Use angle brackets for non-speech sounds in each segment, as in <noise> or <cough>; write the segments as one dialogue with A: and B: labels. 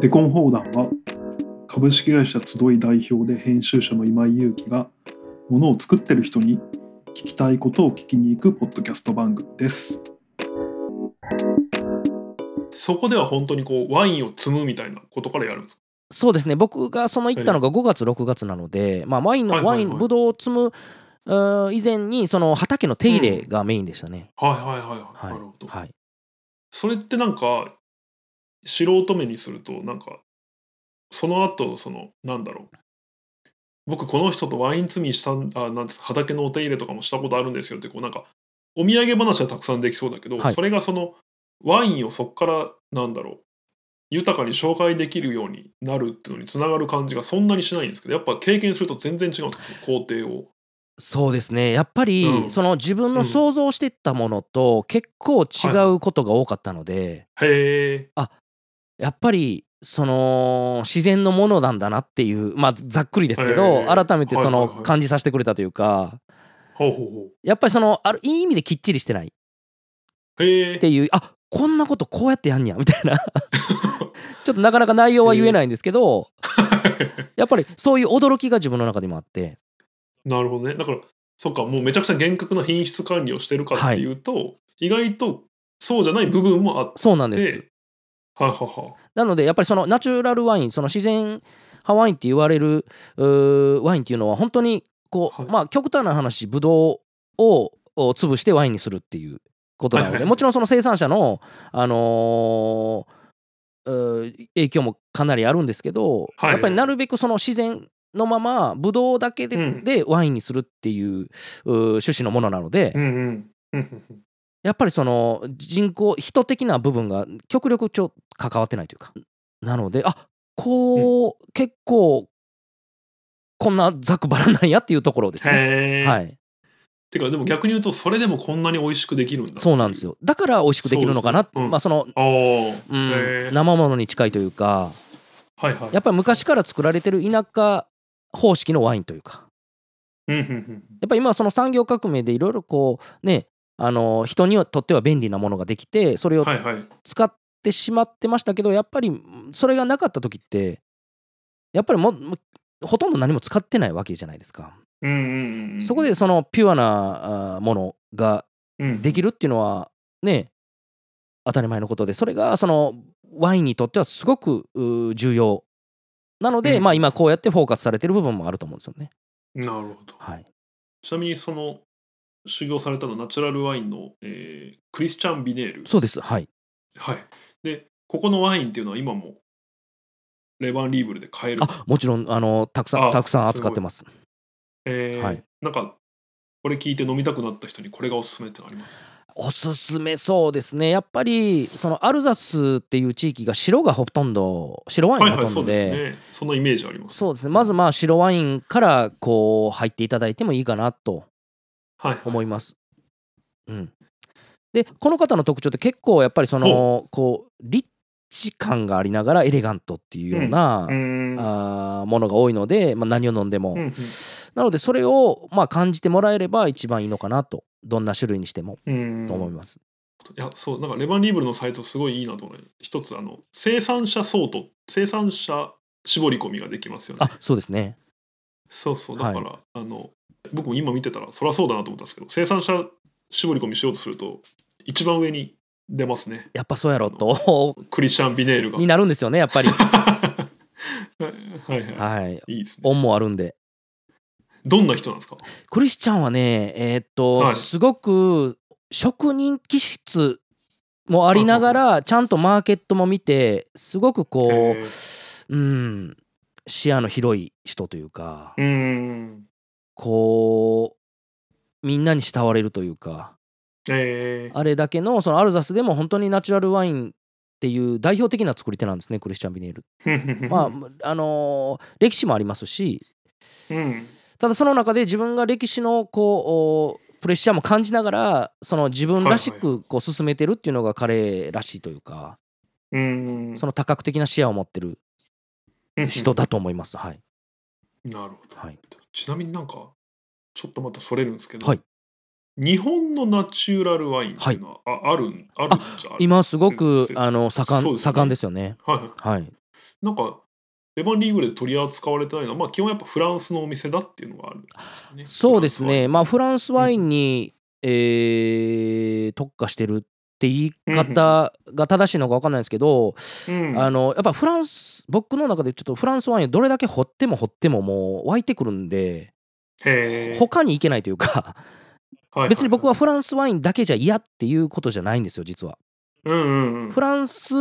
A: デコン砲弾は株式会社集い代表で編集者の今井裕樹がものを作ってる人に聞きたいことを聞きに行くポッドキャスト番組です。
B: そこでは本当にこうワインを積むみたいなことからやるんですか
C: そうですね僕がその行ったのが5月6月なので、まあ、ワイン
B: は
C: の
B: いは
C: ワ
B: いは
C: イ
B: い
C: ンブドウを摘むうん以前にその畑の手入れがメインでしたね、
B: はいはいはいはい、
C: はい
B: なるほど、
C: はい
B: それってなんか素人目にするとなんかその後そのなんだろう僕この人とワイン摘みしたんあなんです畑のお手入れとかもしたことあるんですよってこうなんかお土産話はたくさんできそうだけど、
C: はい
B: それがそのワインをそこからなんだろう豊かに紹介できるようになるっていうのにつながる感じがそんなにしないんですけどやっぱ経験すると全然違うんですよ工程を。
C: そうですねやっぱり、
B: うん
C: その自分の想像してたものと結構違うことが多かったので、
B: へえ
C: やっぱりその自然のものなんだなっていうまあざっくりですけど、
B: えー
C: 改めてそ
B: は
C: の
B: いはいはい
C: 感じさせてくれたというか
B: ほうほうほ
C: やっぱりそのあるいい意味できっちりしてないう
B: へえ
C: っていうあこんなことこうやってやんにゃみたい <laughs> なちょっとなかなか内容は言えないんですけど、やっぱりそういう驚きが自分の中でもあって
B: なるほどね。だから、そっか、もうめちゃくちゃ厳格な品質管理をしてるかっていうと、意外とそうじゃない部分もあっ
C: そうなんです
B: て、はいはいは
C: なのでやっぱりそのナチュラルワインその自然派ワインって言われるうーワインっていうのは本当にこう、
B: はい
C: まあ極端な話ブドウをを潰してワインにするっていうことなので、
B: はいはい
C: もちろんその生産者の、あのーうー影響もかなりあるんですけど、
B: はい
C: やっぱりなるべくその自然のままブドウだけで,、
B: うん
C: でワインにするっていううー趣旨のものなので、
B: い。うんうんうんうんうん。
C: やっぱりその人口人的な部分が極力ちょ関わってないというかなのであこう、結構こんなざくばらなんやっていうところですね。
B: へえ。、
C: はいい、
B: てか、でも逆に言うと、それでもこんなに美味しくできるんだ。
C: そうなんです
B: よ。
C: よだから美味しくできるのかなって、
B: そうですねうん
C: まあその、
B: ああ。
C: う
B: へ
C: ん
B: え、
C: 生ものに近いというか
B: はいはい。
C: やっぱり昔から作られてる田舎方式のワインというか
B: うんうんうん。
C: やっぱり今はその産業革命でいろいろこうねあの人にとっては便利なものができてそれを
B: はいはい。
C: 使ってしまってましたけどやっぱりうんそれがなかった時ってやっぱりももうほとんど何も使ってないわけじゃないですか、
B: うんうんうん。
C: そこで、そのピュアなあーものが
B: うん、
C: でき
B: る。
C: るっていうのはね当たり前のことでそれがそのワインにとってはすごくうー重要なので、
B: うん
C: まあ今こうやってフォーカスされてる部分もあると思うんですよね
B: なるほど。
C: はい
B: ちなみに、その、修行されたのはナチュラルワインの、えークリスチャン・ビネール。
C: そうですはい
B: はい。で、ここのワインっていうのは今もレバンリーブルで買える。
C: あもちろんあのたくさん
B: あ
C: たくさん扱ってます
B: えー
C: はい
B: なんか、これ聞いて飲みたくなった人にこれがおすすめってのあります。
C: おすすめそうですねやっぱりそのアルザスっていう地域が白がほとんど白ワイ
B: は
C: ン
B: い
C: が
B: は
C: ほ
B: い、
C: と
B: そ
C: ん
B: う
C: どで
B: ですね。そのイメージあります。
C: そうですねまずまあ白ワインからこう入っていただいてもいいかなと
B: はい、はい。
C: 思います。うん、でこの方の特徴って結構やっぱりそのこうリッチ感がありながらエレガントっていうような、
B: うーん。
C: あーものが多いので、まあ、何を飲んでも、
B: うんうん
C: なのでそれをまあ感じてもらえれば一番いいのかなとどんな種類にしても
B: うーん
C: と思います。
B: いやそうなんかレバンリーブルのサイトすごいいいなと思う一つあの生産者相当生産者絞り込みができますよね
C: あそうですね
B: そうそうだ
C: は
B: か
C: い
B: ら、あの僕も今見てたらそりゃそうだなと思ったんですけど生産者絞り込みしようとすると一番上に出ますね
C: やっぱそうやろと
B: クリスチャン・ビネールが
C: <laughs> になるんですよねやっぱり
B: <laughs> はいはい、
C: はい
B: い、いですね。
C: 恩もあるんで
B: どんな人なんですか
C: クリスチャンはねえーっと、
B: はい
C: すごく職人気質もありながらちゃんとマーケットも見てすごくこ
B: へ
C: ううん視野の広い人というか
B: うーん。
C: こうみんなに慕われるというか
B: えー、
C: あれだけのそのアルザスでも本当にナチュラルワインっていう代表的な作り手なんですねクリスチャン・ビネール。
B: ふんふんふん
C: まああのー歴史もありますし
B: うん。
C: ただその中で自分が歴史のこうおプレッシャーも感じながらその自分らし
B: はいは
C: くこう進めてるっていうのが彼らしいというか
B: うーん。
C: その多角的な視野を持ってる
B: の
C: 人。だと思いますはい
B: なるほど。
C: はい
B: ちなみになんか、ちょっとまたそれるんですけど、
C: はい
B: 日本のナチュラルワインっていうのは、ああるんあるんじゃある
C: 今すご
B: うん
C: く
B: そう
C: あの盛
B: そうんですね
C: 盛んですよね
B: はいはい。
C: はい
B: なんかレバンリーグで取り扱われてないのは、まあ、基本やっぱフランスのお店だっていうのがあるんですよね、
C: そうですね、
B: フ
C: まあ、フランスワインに、えー特化してるって言い方が正しいのか分かんないんですけど、
B: ランスワイン。
C: あのやっぱフランス僕の中でちょっとフランスワインどれだけ掘っても掘ってももう湧いてくるんで
B: へー
C: 他に行けないという
B: は
C: か
B: いはい
C: 別に僕はフランスワインだけじゃ嫌っていうことじゃないんですよ実は。
B: うんうんうん
C: フランス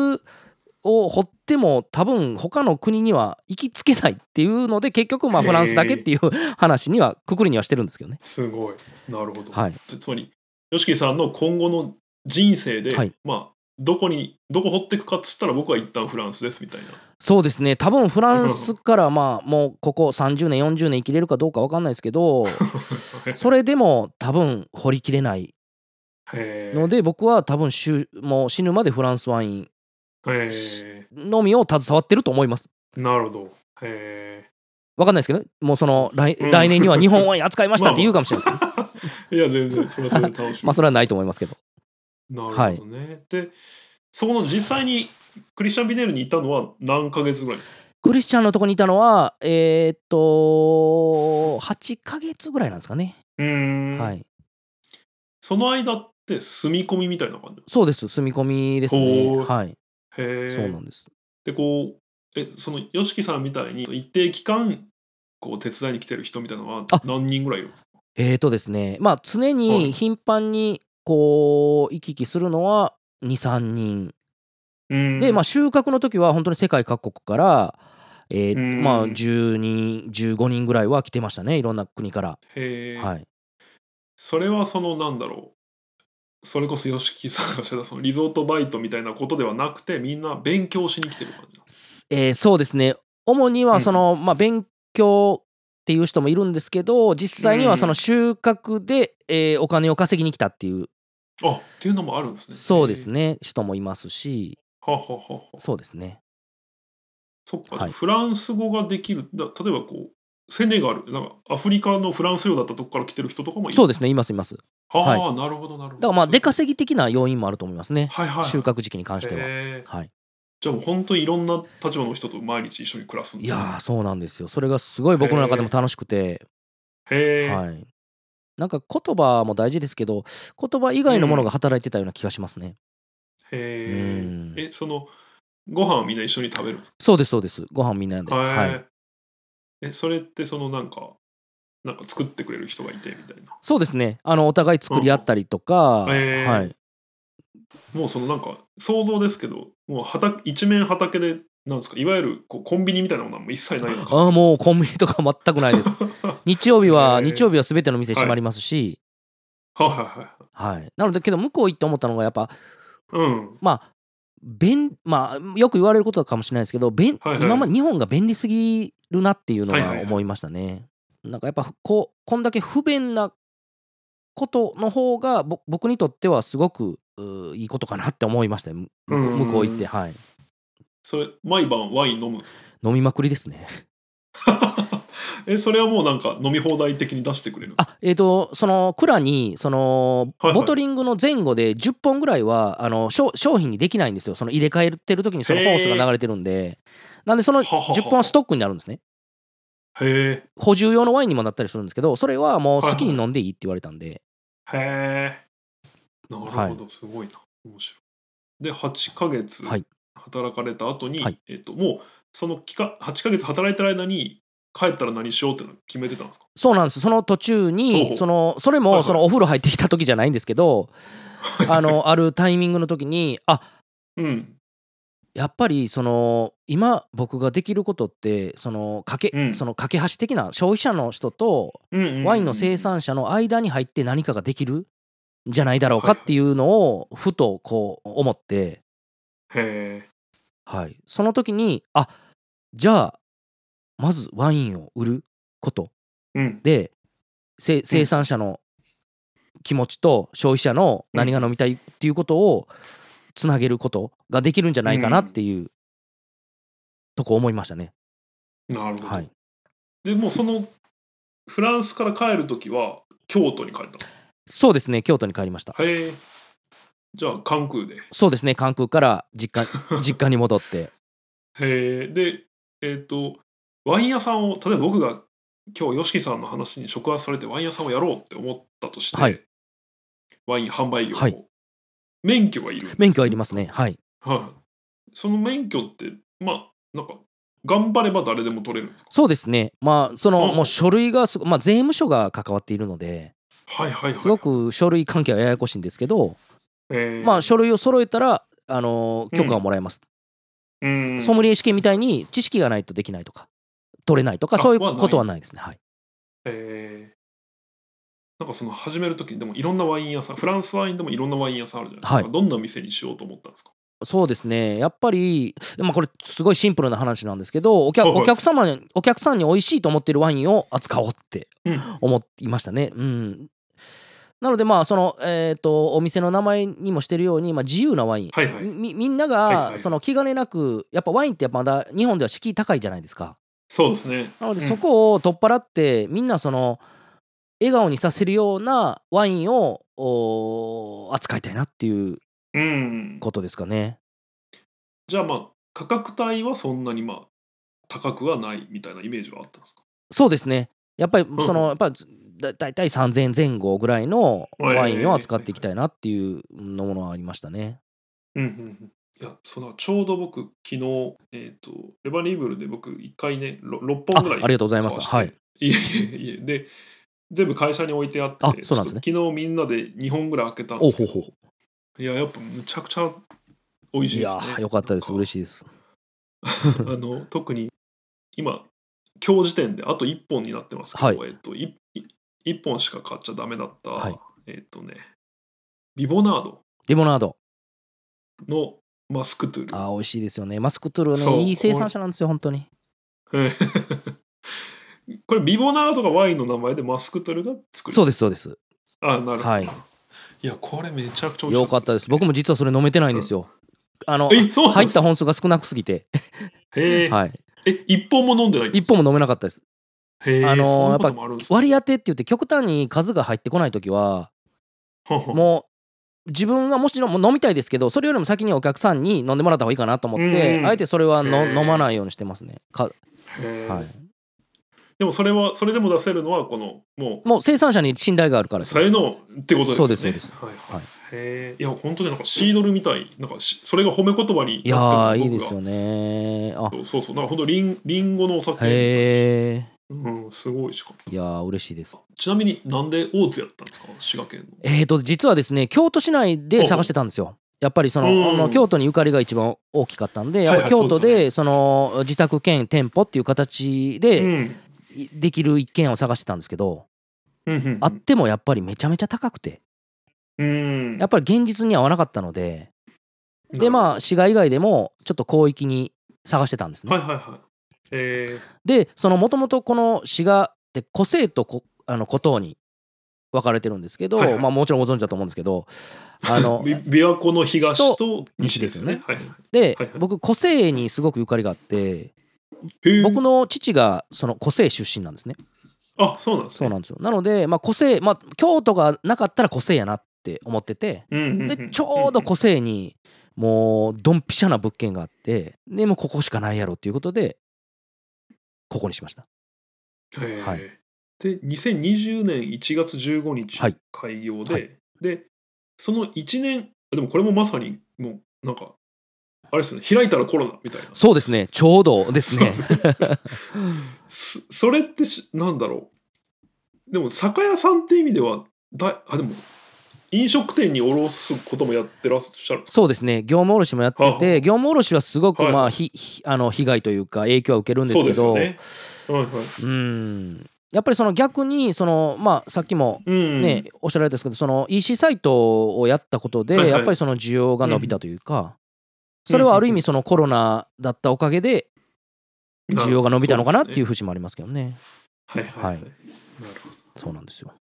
C: を掘っても多分他の国には行きつけないっていうので結局まあ
B: へー
C: フランスだけっていう話にはくくりにはしてるんですけどね。
B: すごい。なるほど。
C: はい、
B: つつまり、吉木さんの今後の人生で、
C: はい
B: まあ、どこに、どこ掘っていくかっつったら、僕は一旦フランスですみたいな。
C: そうですね多分フランスからまあもうここ30年40年生きれるかどうか分かんないです
B: <laughs>
C: けどそれでも多分掘りきれない
B: へー
C: ので僕は多分しゅもう死ぬまでフランスワイン
B: へ
C: のみを携わってると思います。
B: ーなるほど。へ
C: 分かんないですけどねもうその来
B: うん
C: 来年には日本ワイン扱いましたって言うかもしれないですけど、まあ
B: ーいや、全然、それはそれで楽しみ。
C: それはないと <laughs> 思いますけど。
B: なるほどね。で、そこの実際にクリスチャン・ビネールにいたのは何ヶ月ぐらい
C: クリスチャンのとこにいたのはえーっと8ヶ月ぐらいなんですかね、
B: うん
C: はい
B: その間って住み込みみたいな感じ
C: そうです住み込みですね
B: ほう
C: はい
B: へえ
C: そうなんです
B: でこうえその YOSHIKI さんみたいに一定期間こう手伝いに来てる人みたいなのは
C: あ
B: 何人ぐらいいるんですか
C: えーっとですねまあ常に頻繁にこう行き来するのは23人でまあ収穫の時は本当に世界各国からえー
B: うん
C: まあ10人15人ぐらいは来てましたねいろんな国から、
B: へえ、
C: はい
B: それはそのなんだろうそれこそ YOSHIKI さんがしてたそのリゾートバイトみたいなことではなくてみんな勉強しに来てる感じ
C: すえーそうですね主にはその、まあ、勉強っていう人もいるんですけど実際にはその収穫で、えーお金を稼ぎに来たっていう
B: あっていうのもあるんですね
C: そうです
B: ね
C: ね人もいますし
B: はははは
C: そうですね
B: そっか、
C: はい
B: フランス語ができるだ例えばこうセネガルなんかアフリカのフランス領だったとこから来てる人とかもいる
C: そうですねいますいますだ
B: ああ、
C: は
B: なるほどなるほど
C: からまあ出稼ぎ的な要因もあると思いますね
B: はいはいはい
C: 収穫時期に関しては、
B: へえ
C: はい、
B: じゃあもう本当にいろんな立場の人と毎日一緒に暮らすんで
C: い
B: すね
C: やーそうなんですよそれがすごい僕の中でも楽しくて、
B: へえ、
C: はい、なんか言葉も大事ですけど言葉以外のものが働いてたような気がしますね、
B: へ
C: うん
B: ええそのご飯をみんな一緒に食べるんです
C: そうですそうですご飯みんなで、
B: か
C: は
B: へ
C: い
B: え、えそれってそのなんかなんか作ってくれる人がいてみたいな
C: そうですねあのお互い作り合ったりとか、
B: うんへー
C: はい、
B: もうそのなんか想像ですけどもう畑一面畑でなんですかいわゆるこうコンビニみたいなものはもう一切ない
C: <laughs>
B: のか
C: ああもうコンビニとか全くない
B: <laughs>
C: です日曜日は、
B: へー
C: 日曜日は全ての店閉まりますし、
B: はいはいはい
C: はいなのでけど向こう行って思ったのがやっぱ
B: うん。
C: まあ便まあよく言われることかもしれないですけど便、
B: はいはい
C: 今まで日本が便利すぎるなっていうの
B: はいはい
C: は
B: はい
C: 思いましたね、なんかやっぱこうこんだけ不便なことの方がぼ僕にとってはすごくうーいいことかなって思いましたねむ
B: うん
C: 向こう行ってはい
B: それ、毎晩ワイン飲むんです
C: 飲みまくりですね
B: か <laughs> え、それはもうなんか飲み放題的に出してくれるんですか
C: あえっ、とその蔵にその
B: はいはい
C: ボトリングの前後で10本ぐらいはあの商商品にできないんですよその入れ替えてる時にそのホースが流れてるんでなんでその
B: ははは
C: 10本はストックになるんですね
B: へ
C: 補充用のワインにもなったりするんですけどそれはもう好きに飲んでいいって言われたんで
B: え。へえ。なるほど、すごいな。面白い。で、8ヶ月
C: はい
B: 働かれた後に、
C: はい
B: えっ、と、もうその期間、8ヶ月働いてる間に帰ったら何しようっていうのを決めてたんですか
C: そうなんですその途中
B: ほうほ
C: に
B: う
C: そのそれ
B: はいは
C: も
B: い
C: そのお風呂入ってきた時じゃないんですけどあのあるタイミングの時にあ
B: うん。
C: やっぱりその今僕ができることってそのかけ、
B: うん
C: その架け橋的な消費者の人と
B: うんうんうん
C: ワインの生産者の間に入って何かができるんじゃないだろうかっていうのをふとこう思って、
B: へえ。
C: はい、その時にあじゃあまずワインを売ること
B: うん。
C: でせ生産者の気持ちと消費者の何が飲みたいっていうことをつなげることができるんじゃないかなっていうとこ思いましたね。
B: なるほど。
C: はい、
B: で、もうその、フランスから帰るときは、京都に帰ったんですか
C: そうですね京都に帰りました。
B: へえ。じゃあ、関空で。
C: そうですね関空から実家実家に戻って
B: へえでえっ、とワイン屋さんを例えば僕が今日 y o s さんの話に触発されてワイン屋さんをやろうって思ったとして、
C: はい
B: ワイン販売業を、
C: はい
B: 免許がいる
C: 免許はいりますねはい
B: はい、その免許ってまあなんか頑張れば誰でも取れるんですか
C: そうですねまあその
B: うん
C: もう書類がすごまあ、税務署が関わっているので
B: はいはいはい
C: すごく書類関係はややこしいんですけど、
B: えー
C: まあ、書類を揃えたらあの
B: うん
C: 許可をもらえます、
B: うん
C: ソムリエ試験みたいに知識がないとできないとか取れないとか
B: あ
C: そういう
B: はない
C: ことはないですねはい
B: えーなんかその始める時にでもいろんなワイン屋さんフランスワインでもいろんなワイン屋さんあるじゃないですか、
C: はい
B: どんな店にしようと思ったんですか
C: そうですねやっぱり、まあ、これすごいシンプルな話なんですけどお客
B: はいはい
C: お客様にお客さんに美味しいと思ってるワインを扱おうって
B: うん
C: 思いましたね。うんなのでまあそのえーとお店の名前にもしてるように、まあ、自由なワイン、
B: はいはい
C: みみんな
B: はいはいは
C: が
B: い
C: その気兼ねなくやっぱワインってまだ日本では敷居高いじゃないですか。
B: そうですね
C: なので
B: うん
C: そこを取っ払って、みんなその笑顔にさせるようなワインをおー扱いたいなっていう
B: うん
C: ことですかね。
B: じゃあまあ価格帯はそんなにまあ高くはないみたいなイメージはあったんですか
C: そうですね。やっぱり
B: ん
C: その、やっぱりだだいたい3000円前後ぐらいのワインを扱っていきたいなっていうのものはありましたね。
B: うんうんうんいやそのちょうど僕昨日、えっとレバリーブルで僕1回ねろ6
C: あ
B: 本ぐらい
C: ありがとうございます。
B: 買
C: は
B: わ
C: い
B: せ。ていえいえいえで全部会社に置いてあって
C: あそうなんですね
B: ちょっと昨日みんなで2本ぐらい開けたん
C: お
B: です
C: ほ
B: けど
C: うほう。
B: いややっぱむちゃくちゃ美味しい
C: い
B: で
C: や
B: す、ね、
C: ーよかったです。嬉
B: しい
C: しいです。
B: あの特に今今日時点であと1本になってますけど、
C: はい
B: えっと 1, 本しか買っちゃダメだった、
C: はい
B: えっとねビボナード
C: リモナード。
B: のマスクトゥル
C: あー美味しいですよね。マスクトゥルー
B: そう
C: ね、いい生産者なんですよ、本当に。
B: <laughs> これビボナードがワインの名前でマスクトゥルが作る
C: そ
B: う
C: うです、そうです。
B: あなるほど、
C: はい
B: い、やこれめちゃくちゃ美味
C: よ
B: し
C: かったです。僕も実はそれ飲めてないんですよ。あの、
B: えそうなん
C: 入
B: で
C: っ
B: すか
C: た本数が少なくすぎて、
B: へえ、
C: はい。
B: え一本も飲んでない
C: 一本も飲めなかったです。
B: へえ
C: あのー
B: そんなこともあるんですね
C: 割り当てって言って、極端に数が入ってこないときは、
B: ほうほう
C: もう自分はもちろんもう飲みたいですけどそれよりも先にお客さんに飲んでもらった方がいいかなと思って、
B: うん
C: あえてそれはの
B: へー
C: 飲まないようにしてますねか、
B: <laughs> へえ
C: はい、
B: でもそれはそれでも出せるのはこのも
C: もう生産者に信頼があるから
B: う
C: ですね
B: 才能ってことですよね
C: そうです
B: はいはい、
C: はい
B: へえいや本当になんかシードルみたいなんかしそれが褒め言葉に
C: いや
B: なって
C: ーいい
B: る
C: で
B: 僕
C: す
B: が
C: よねあ
B: そうそうそうなんか本当リンリンゴのお酒みたいな
C: へえ
B: うんすごいしかった
C: いやー嬉しいです
B: ちなみになんで大津やったんですか滋賀県の
C: えーと実はですね京都市内で探してたんですよやっぱりその,、
B: うん
C: あの京都にゆかりが一番大きかったんでやっぱ
B: はいはい
C: 京都
B: そうです
C: でその自宅兼店舗っていう形で
B: ん
C: いできる一軒家を探してたんですけど
B: うんうん
C: あってもやっぱりめちゃめちゃ高くて
B: うん
C: やっぱり現実に合わなかったので、で
B: あ
C: まあ滋賀以外でもちょっと広域に探してたんですね。
B: はいはいはいえ
C: でそのもともとこの滋賀って個性とこあの孤島に分かれてるんですけど、
B: はいはい
C: まあもちろんご存知だと思うんですけど、あ
B: <laughs>
C: の
B: ー、び琵琶湖の東と西
C: 西
B: で
C: ですす
B: よね
C: よね
B: はいはい
C: で
B: はいはい
C: 僕個性にすごくゆかりがあって、
B: へえ
C: 僕の父がその個性出身なんですね。
B: あそうなんです
C: そう
B: ね
C: なんですよ。なのでまあ個性まあ京都がなかったら個性やなって思ってて。
B: うんうんう
C: で
B: ん
C: ちょうど個性にもうドンピシャな物件があってでもうここしかないやろっていうことでここにしました
B: へー
C: はい
B: で2020年1月15日
C: はい
B: 開業で、
C: は
B: でその1年あでもこれもまさにもうなんかあれですね開いたらコロナみたいな
C: そうですねちょうどで
B: <laughs>
C: すね
B: そそれってしなんだろうでも酒屋さんって意味ではだあでも飲食店に卸すこともやってらっしゃる
C: そうですね業務卸もやって
B: はあは
C: て業務卸はすごく
B: はい
C: まあひひあの被害というか影響は受けるんですけ
B: そ
C: ど
B: うですよね、はいはい、
C: うんやっぱりその逆にそのまあさっきも
B: うん
C: ねおっしゃられたんですけどその EC サイトをやったこと
B: はい
C: で
B: はい
C: やっぱりその需要が伸びたというかそれはある意味そのコロナだったおかげで需要が伸びたのかなっていう
B: う
C: 節もありますけどね。
B: はいはい、はい、
C: は
B: なるほど
C: そうなんですよ。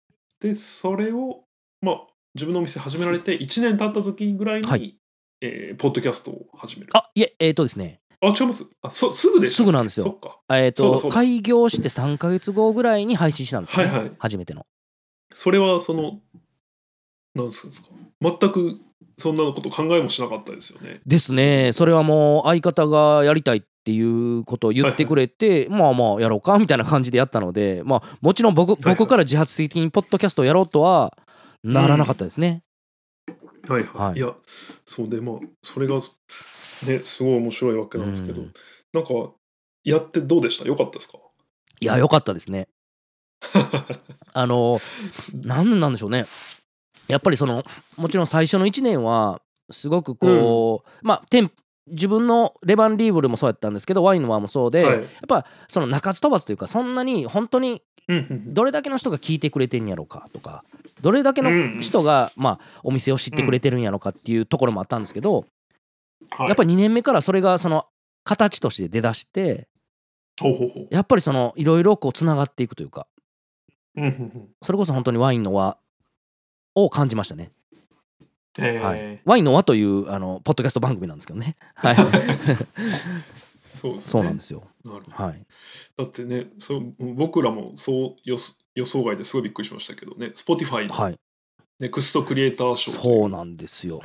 B: でそれをまあ自分のお店始められて1年経った時ぐらいに、
C: はい
B: えーポッドキャストを始めるあ
C: あいええっ、とですね
B: 違いますあそすぐです
C: すぐなんです
B: そ
C: よ。
B: っか
C: えっ、
B: そうだそ
C: と
B: うだ
C: 開業して3か月後ぐらいに配信したんですよね、
B: はいはい
C: 初めての。
B: それはそのなんですか全くそんなこと考えもしなかったですよね
C: ですねそれはもう相方がやりたいってっていうことを言ってくれて、まあまあやろうかみたいな感じでやったので、まあ、もちろん僕,、
B: いはい
C: 僕から自発的にポッドキャストをやろうとはならなかったですね。
B: はい
C: はい
B: いやそうでまあそれがねすごい面白いわけなんですけど、
C: うん
B: なんかやってどうでしたよかったですか
C: いや良かっ
B: <laughs>
C: たですね。あのなんなんでしょうねやっぱりそのもちろん最初の1年はすごくこう、まあ店自分のレバンリーブルもそうやったんですけどワインの輪もそうで、
B: はい
C: やっぱその鳴かず飛ばずというかそんなに本当に
B: うんうん
C: どれだけの人が聞いてくれてんやろかとかどれだけの人が、まあ、お店を知ってくれてるんやろかっていうところもあったんですけど、
B: はい
C: やっぱ2年目からそれがその形として出だして
B: ほうほうほう
C: やっぱりそのいろいろこうつながっていくというか
B: うんうんうん
C: それこそ本当にワインの輪を感じましたね。
B: えー
C: はい、ワインの輪というあのポッドキャスト番組なんですけ
B: <laughs>
C: どね。はい、
B: そうですね
C: そうなんですよ。
B: なるほど
C: はい、
B: だってねそう僕らもそう予想予想外ですごいびっくりしましたけどね Spotify の
C: はい、
B: ネクストクリエイター賞
C: そうなんで
B: <laughs>
C: すよ。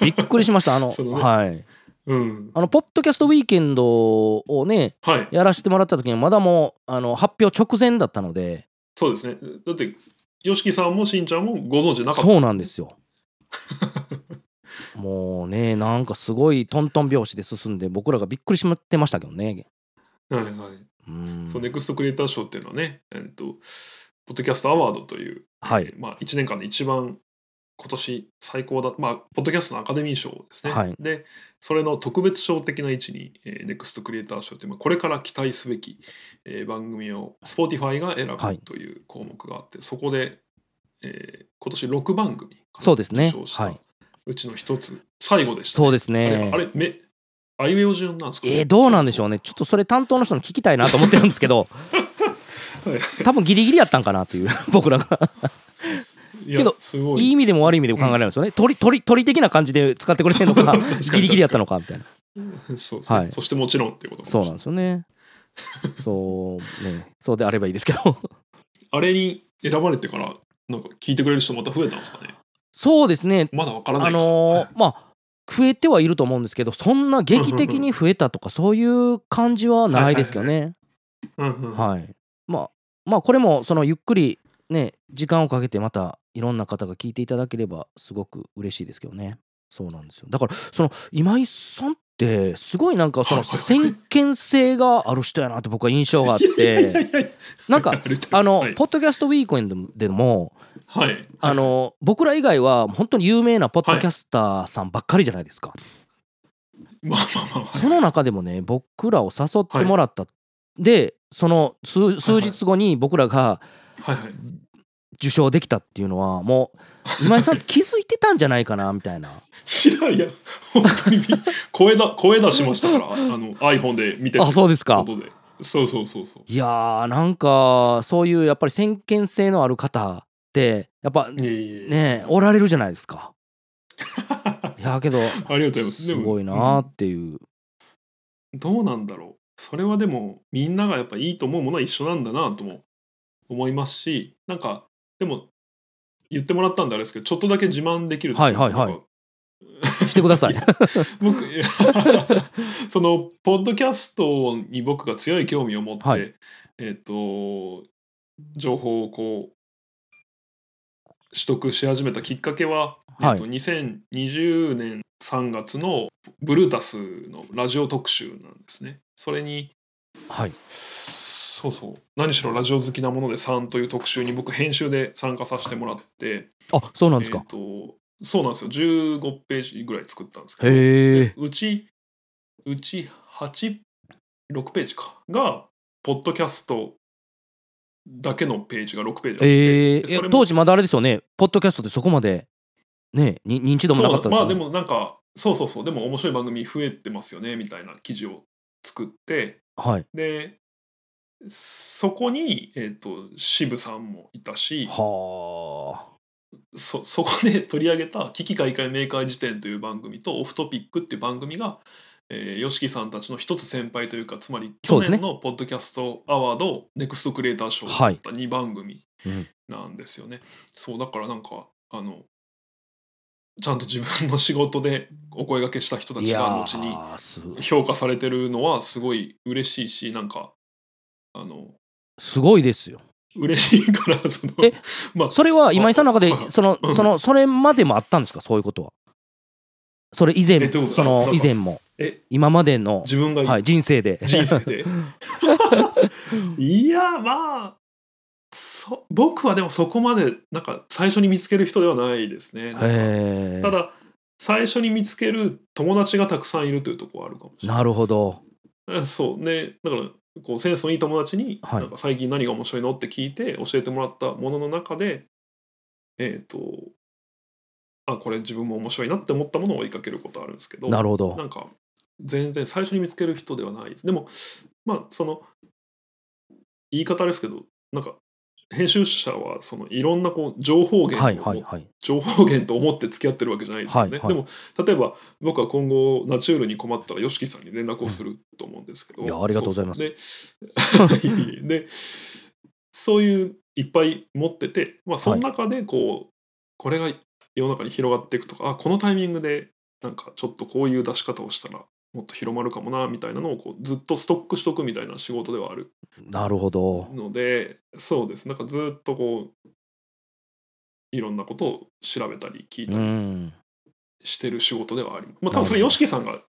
C: びっくりしました。あの、
B: そのね
C: はい、
B: うん
C: あのポッドキャストウィーケンドをね、
B: はい
C: やらせてもらった時にはまだもうあの発表直前だったので、
B: そうですねだって YOSHIKI さんもしんちゃんもご存知なかった
C: そうなんで
B: <laughs>
C: すよ。もうね、なんかすごいトントン拍子で進んで、僕らがびっくりしまってましたけどね。
B: はいはい
C: うん
B: そうネクストクリエイター賞っていうのはねえっとポッドキャストアワードという、
C: はい、
B: まあ、1年間で一番今年最高だまあポッドキャストのアカデミー賞ですね、
C: はい
B: でそれの特別賞的な位置に、えーネクストクリエイター賞という、まあ、これから期待すべき、えー番組を Spotify が選
C: はい
B: ぶという項目があって、そこで、えー今年6番組かな
C: そうですね
B: 受賞した
C: はいう
B: ちの一つ最後でしたね、
C: そうですね。
B: あれあれめあいうえお順なんですか
C: えー、どうなんでしょうねちょっとそれ担当の人に聞きたいなと思ってるんです
B: <laughs>
C: けど多分ギリギリやったんかなっていう <laughs> 僕らが
B: いや
C: けど
B: すごい
C: いい意味でも悪い意味でも考えられるんですよね、鳥鳥鳥的な感じで使ってくれてるの
B: <laughs>
C: か
B: かに
C: ギリギリやったのかみたいな
B: <laughs> そうですね
C: はい
B: そしてもちろんっていうことも
C: そうなんですよねそうねそうであればいいですけど <laughs>
B: あれに選ばれてからなんか聞いてくれる人また増えたんですかね
C: そうですね
B: まだわからない
C: あ
B: か
C: のーまあ増えてはいると思うんですけどそんな劇的に増えたとかそういう感じはないですけどね
B: うんうん
C: はい、まあまあこれもそのゆっくりね時間をかけてまたいろんな方が聞いていただければすごく嬉しいですけどねそうなんですよだからその今井さんってすごいなんかその
B: はいはいはい
C: 先見性がある人やなって僕は印象があっ
B: <laughs> いや
C: て
B: いやいや
C: なんか
B: りたい
C: あの
B: はい
C: ポッドキャストウィークエンドでも
B: はい
C: あの僕ら以外は本当に有名なポッドキャスターさんばっかりじゃないですか
B: まあまあまあ
C: その中でもね僕らを誘ってもらったでその数数日後に僕らが
B: はいはい
C: 受賞できたっていうのはもう今井さんって気づいてたんじゃないかなみたいな
B: 知らんや本当にび声だ声出しましたからあの iPhone で見て
C: あそうですか
B: 外でそうそうそうそう
C: いやーなんかそういうやっぱり先見性のある方ってやっぱ
B: い
C: ね
B: えいえ
C: えおられるじゃないですかいやーけど
B: ありがとうございます
C: す
B: でも
C: ごいなーっていう
B: どうなんだろうそれはでもみんながやっぱいいと思うものは一緒なんだなとも思いますしなんかでも言ってもらったんであれですけどちょっとだけ自慢できるとうか
C: はいはいはい
B: なんか
C: してくだ <laughs> さい
B: 僕 <laughs> そのポッドキャストに僕が強い興味を持って、
C: はい
B: えっ、と情報をこう取得し始めたきっかけは、え
C: はい
B: っと2020年3月のブルータスのラジオ特集なんですね。それに
C: はい
B: そうそう何しろラジオ好きなもので3という特集に僕編集で参加させてもらって
C: あそうなんですか
B: え、ーとそうなんですよ15ページぐらい作ったんですけど
C: へえ
B: うち、うち8、6ページか。が、ポッドキャストだけのページが6ページあって
C: えー
B: で
C: いや
B: それも
C: 当時まだあれですよねポッドキャストってそこまでねに認知度もなかった
B: そう
C: で
B: ま
C: すよ
B: あ
C: ね
B: でもなんか、そうそうそう、でも面白い番組増えてますよね、みたいな記事を作って、
C: はい
B: で、そこに、えっ、と、渋さんもいたし、
C: は
B: そ <laughs> そこで取り上げた「危機開会明快辞典」という番組と「オフトピック」っていう番組が YOSHIKI、えー YOSHIKI さんたちの一つ先輩というかつまり
C: そう
B: 去
C: ですね
B: 年のポッドキャストアワードネクストクリエイター賞を
C: は
B: 取
C: い
B: った2番組
C: うん
B: なんですよね。そうだからなんかあのちゃんと自分の仕事でお声がけした人た
C: い
B: ち
C: や
B: が後に
C: ーす
B: 評価されてるのはすごい嬉しいしなんかあの
C: すごいですよ。
B: 嬉しいからその
C: え
B: まあ
C: それは今井さんの中で
B: あ
C: その
B: うん
C: そのそれまでもあったんですかそういうことは。それ以前
B: えどういうこと
C: そ
B: な
C: の
B: んか
C: 以前も
B: え
C: 今までの、
B: 自分が、
C: はい、人生 <laughs> で。
B: 人生でいやまあそ僕はでもそこまでなんか最初に見つける人ではないですね、
C: へ
B: た
C: ー
B: だ最初に見つける友達がたくさんいるというところはあるかもしれない
C: なるほど。
B: えそうねだからこうセンスのいい友達に、
C: はい
B: なんか最近何が面白いのって聞いて教えてもらったものの中でえっ、とあこれ自分も面白いなって思ったものを追いかけることあるんですけど
C: なるほ
B: な
C: ど。
B: んか全然最初に見つける人ではないでもまあその言い方ですけどなんか編集者はそのいろんなこう情報源を、
C: はいはいはい。
B: 情報源と思って付き合ってるわけじゃないですよね、
C: はいはい
B: でも例えば僕は今後ナチュールに困ったら YOSHIKI さんに連絡をすると思うんですけど、
C: うんいやありがとうございます
B: そうそうでい
C: <laughs>
B: えいえでそういういっぱい持ってて、まあ、その中でこう、これが世の中に広がっていくとかあこのタイミングでなんかちょっとこういう出し方をしたらもっと広まるかもなみたいなのをこうずっとストックしとくみたいな仕事ではある
C: なるほど。
B: のでそうですなんかずっとこういろんなことを調べたり聞いた
C: う
B: り
C: ん。
B: してる仕事ではあります。まあ、
C: な
B: 多
C: る
B: 分
C: ほ
B: そ
C: ど
B: れ、吉木さんが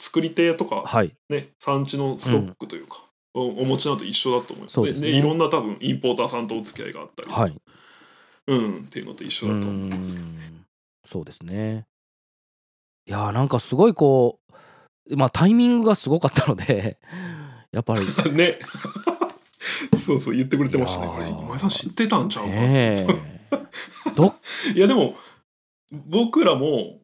B: 作り手とか、
C: はい。
B: ね、産地のストックというか、おお持ちなのと一緒だと思います。
C: そうですね
B: いろんな多分、インポーターさんとお付き合いがあったりとか、
C: はい。
B: うん、っていうのと一緒だと思います。
C: うんそうですね。いやーなんかすごいこうまあタイミングがすごかったのでやっぱり
B: ね。 <laughs> そうそう、言ってくれてましたね。
C: いや
B: こ
C: ー
B: れ、今井さん知ってたんちゃうか、 <laughs>
C: ねえど
B: いや、でも、僕らも、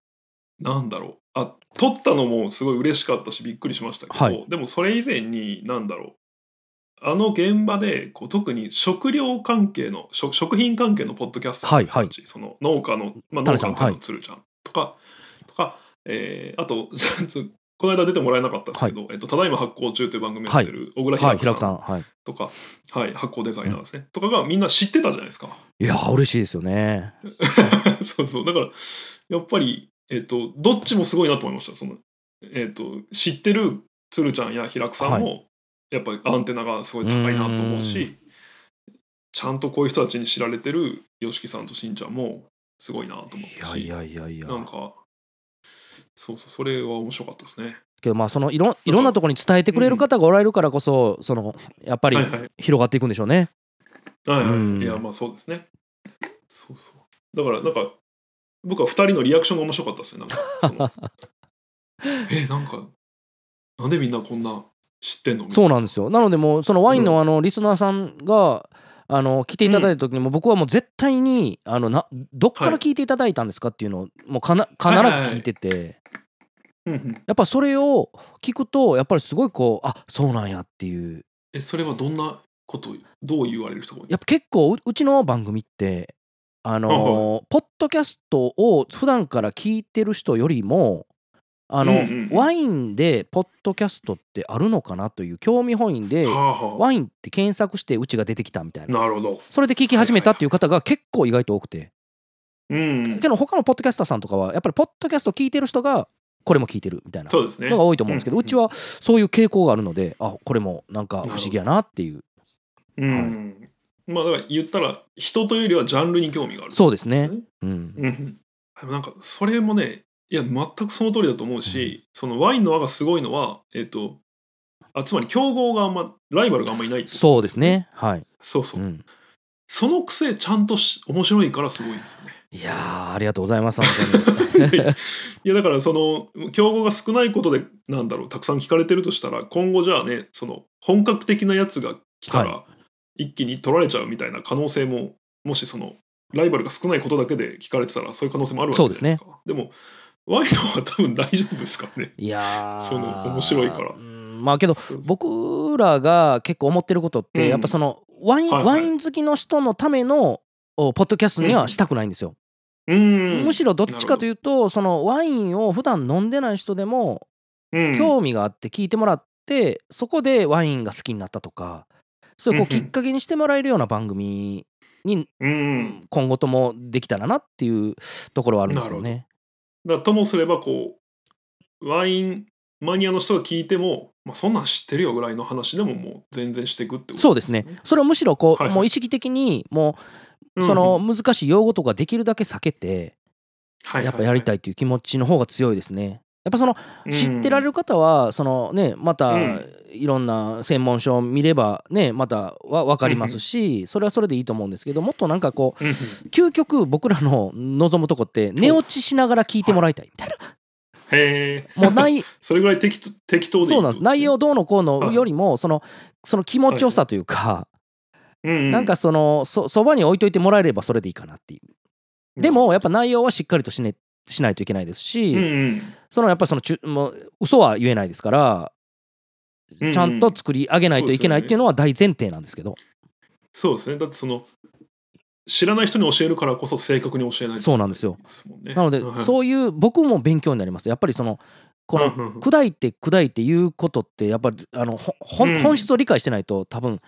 B: なんだろう、あ撮ったのもすごい嬉しかったし、びっくりしましたけど、
C: はい
B: でもそれ以前に、なんだろう、あの現場でこう特に食料関係の食食品関係のポッドキャスト
C: はいはい
B: その農家の、まあ、農
C: タラ
B: 家
C: ちゃん
B: の
C: はい
B: 鶴ちゃんとか,、とかえーあと <laughs> ちょっとこの間出てもらえなかったですけど、えっと、ただいま発行中という番組をやってる小倉
C: はい
B: 平
C: 平
B: 子さ
C: 子さ
B: ん
C: んはい
B: とか、はい発行デザイナーですね、とかがみんな知ってたじゃないですか
C: いやー嬉しいですよね
B: <laughs> そうそうだからやっぱり、えっと、どっちもすごいなと思いましたその、えっと、知ってる鶴ちゃんや平久さんも、やっぱりアンテナがすごい高いなと思う
C: う
B: しちゃんとこういう人たちに知られてる YOSHIKI さんとしんちゃんもすごいなと思ったし
C: いやいやいやいや
B: なんかそうそうそれは面白かったですね。
C: けどまあそのいろんいろんなところに伝えてくれる方がおられるからこそそのやっぱり
B: はいはい
C: 広がっていくんでしょうね
B: はいはい、
C: うん
B: いやまあそうですねそうそうだからなんか僕は2人のリアクションが面白かったですねなんかその
C: <laughs>
B: えなんかなんでみんなこんな知ってんのみたい
C: そうなんですよなのでもうそのワインのあのリスナーさんがあの来ていただいた時にも僕はもう絶対にあのなどっから聞いていただいたんですかっていうのをもうかな必ず聞いてて
B: うんうん
C: やっぱそれを聞くとやっぱりすごいこうあそうなんやっていう
B: えそれはどんなことどう言われる人が多い
C: やっぱ結構ううちの番組ってあの
B: は
C: ーポッドキャストを普段から聞いてる人よりもあの、
B: うんうんうん
C: ワインでポッドキャストってあるのかなという興味本位で
B: はあは
C: ワインって検索してうちが出てきたみたい
B: あ
C: な
B: なるほど
C: それで聞き始めたっていう方が結構意外と多くて
B: うん
C: けど他のポッドキャスターさんとかはやっぱりポッドキャスト聞いてる人がこれも聞いてるみたいな
B: そうですね
C: のが多いと思うんですけど
B: うん
C: うちはそういう傾向があるのであこれもなんか不思議やなっていう
B: うん、まあだから言ったら人というよりはジャンルに興味がある
C: そうですね
B: ね
C: うん
B: うん、でもなんかそれもねいや全くその通りだと思うし、そのワインの輪がすごいのは、えっとあつまり競合があんまライバルがあんまいないってこと
C: そうですねはい
B: そうそう、
C: うん
B: そのくせちゃんとし面白いからすごいんですよね
C: いやーありがとうございます本当に
B: <laughs> いやだからその競合が少ないことでなんだろうたくさん聞かれてるとしたら今後じゃあねその本格的なやつが来たら一気に取られちゃうみたいな可能性ももしそのライバルが少ないことだけで聞かれてたらそういう可能性もあるわけじゃないですかでもワインのは多分大丈夫ですからね
C: いやー
B: <laughs> その面白いから
C: うんまあけど僕らが結構思ってることって、
B: うん
C: やっぱそのワイン、
B: はいはい
C: ワイン好きの人のためのおポッドキャストにはしたくないんですよ、
B: <laughs> うん
C: むしろどっちかというとそのワインを普段飲んでない人でも
B: うん
C: 興味があって聞いてもらって、そこでワインが好きになったとかそういうこう
B: うん
C: き
B: うん
C: っかけにしてもらえるような番組に
B: うん、
C: 今後ともできたらなっていうところはあるんですけどね。
B: だからともすればこうワインマニアの人が聞いても、まあ、そんなん知ってるよぐらいの話でももう全然していくってこと
C: そうですねそれをむしろこう、
B: はいはい
C: もう意識的にもう
B: うん
C: その難しい用語とかできるだけ避けて、
B: はい
C: やっぱやりた
B: い
C: いっていう気持ちの方が強いですね。やっぱその
B: うん
C: 知ってられる方はそのねまた
B: うん
C: いろんな専門書を見ればねまたは分かりますしそれはそれでいいと思うんですけどもっとなんかこ
B: うんうん
C: う究極僕らの望むとこって寝落ちしながら聞いてもらいたいみたいな
B: へえ
C: もうない
B: <laughs> それぐらい適当適当でいい
C: そうなんです内容どうのこうの
B: はい
C: よりもそのその気持ちよさというか
B: な
C: なんかそのそそばに置いといてもらえればそれでいいかなっていうでもやっぱ内容はしっかりとし,、ね、しないといけないですし、
B: うんうん
C: そのやっぱりそのちゅもう嘘は言えないですから、
B: うんうん
C: ちゃんと作り上げないといけないっていうのは大前提なんですけど
B: そうですねだってその知らない人に教えるからこそ正確に教えないと
C: そうなんですよ
B: ですもんね
C: なので
B: うん
C: そういう僕も勉強になりますやっぱりそのこの
B: うんうんうん
C: 砕いて砕いて言うことってやっぱりあのほほ
B: うん
C: ん本質を理解してないと多分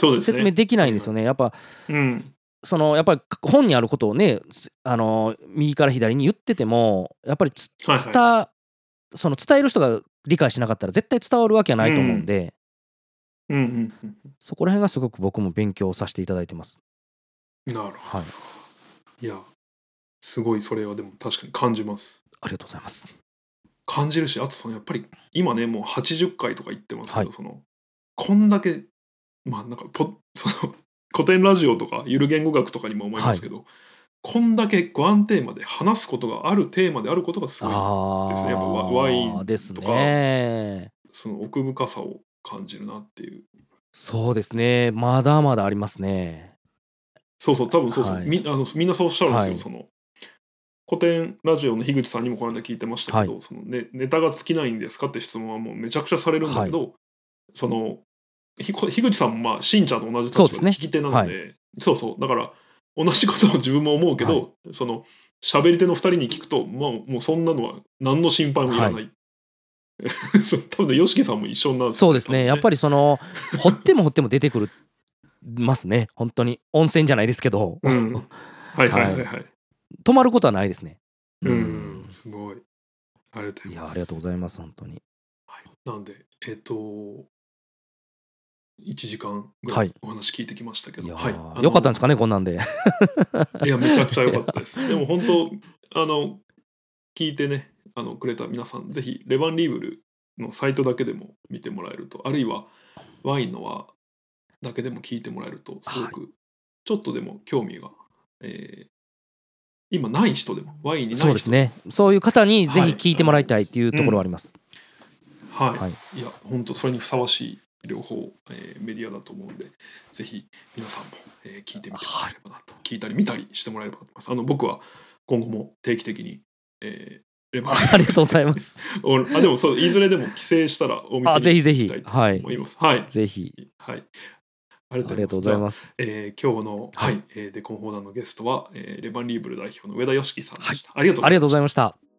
B: そうですね
C: 説明できないんですよねやっぱ
B: うん
C: そのやっぱり本にあることをねつあの右から左に言っててもやっぱりつ
B: はい
C: 伝
B: は
C: その伝える人が理解しなかったら絶対伝わるわけはないと思うんで、
B: いうんうんうん
C: そこら辺がすごく僕も勉強させていただいてます。
B: なるほ
C: はい、
B: どいやすごいそれはでも確かに感じます
C: ありがとうございます。
B: 感じるしあとそのやっぱり今ねもう80回とか言ってますけど、
C: はい
B: そのこんだけまあなんかポ <laughs> その古典ラジオとかゆる言語学とかにも思いますけど、こんだけワンテーマで話すことがあるテーマであることがすごい
C: あ
B: ですねやっぱワ
C: ー
B: ワインとか
C: ですね。
B: その奥深さを感じるなっていう
C: そうですね。まだまだありますね。
B: そうそう多分そうそう、
C: はい
B: みあのみんなそうおっしゃるんですよ、
C: はい
B: その古典ラジオの樋口さんにもこの間聞いてましたけど、
C: は
B: そのね、ネタが尽きないんですかって質問はもうめちゃくちゃされるんだけど、そのひこ樋口さんもまあしんちゃんと同じ立場
C: そう
B: で
C: ですね
B: 聞き手なのでそうそうだから同じことを自分も思うけど、
C: は
B: その喋り手の2人に聞くと、まあ、もうそんなのは何の心配もいらない、
C: は
B: <laughs> そう多分ね YOSHIKI さんも一緒になるんよ
C: そうですね。やっぱ
B: り
C: りその掘っても掘っても出てくるますね。本当に温泉じゃないですけど、
B: うんはいはいはいはい、
C: 止まることはないですね。
B: うん、すごい。ありがと
C: う。
B: うんござい
C: いや
B: ます。
C: ありがとうございます本当に。
B: なんで、えっ、と、1時間ぐ
C: は
B: らい
C: い
B: お話聞いてきましたけ
C: い
B: ど、
C: や、
B: はいあの
C: よかったんですかねこんなんで。
B: いや、めちゃくちゃ良かった
C: <laughs>
B: です。でも本当、あの、聞いてね、あのくれた皆さん、ぜひ、レバンリーブルのサイトだけでも見てもらえると、あるいは、ワインの輪だけでも聞いてもらえると、すごく、ちょっとでも興味が、えー今ない人でも、ワインにない人
C: そうですね。そういう方にぜひ聞いてもらいたいっていうところはあります。
B: はい、、
C: はい
B: や本当それにふさわしい両方、えーメディアだと思うんでぜひ皆さんも、えー聞いてみてもらえればなと、聞いたり見たりしてもらえればと思いますあの僕は今後も定期的に、えーレバー
C: <laughs> ありがとうございます。
B: <laughs> おあでもそういずれでも帰省したらお
C: あ
B: 店
C: ぜ
B: に
C: ひぜ
B: 行
C: ひ
B: きたいと
C: はい
B: 思いますはい
C: ぜひ
B: はい、あり
C: ありがとうございます。
B: じゃあえー今日の、はいえー、デコン砲弾のゲストは、えーレバンリーブル代表の上田良樹さんでした、ありがとうございました
C: ありがとうございました。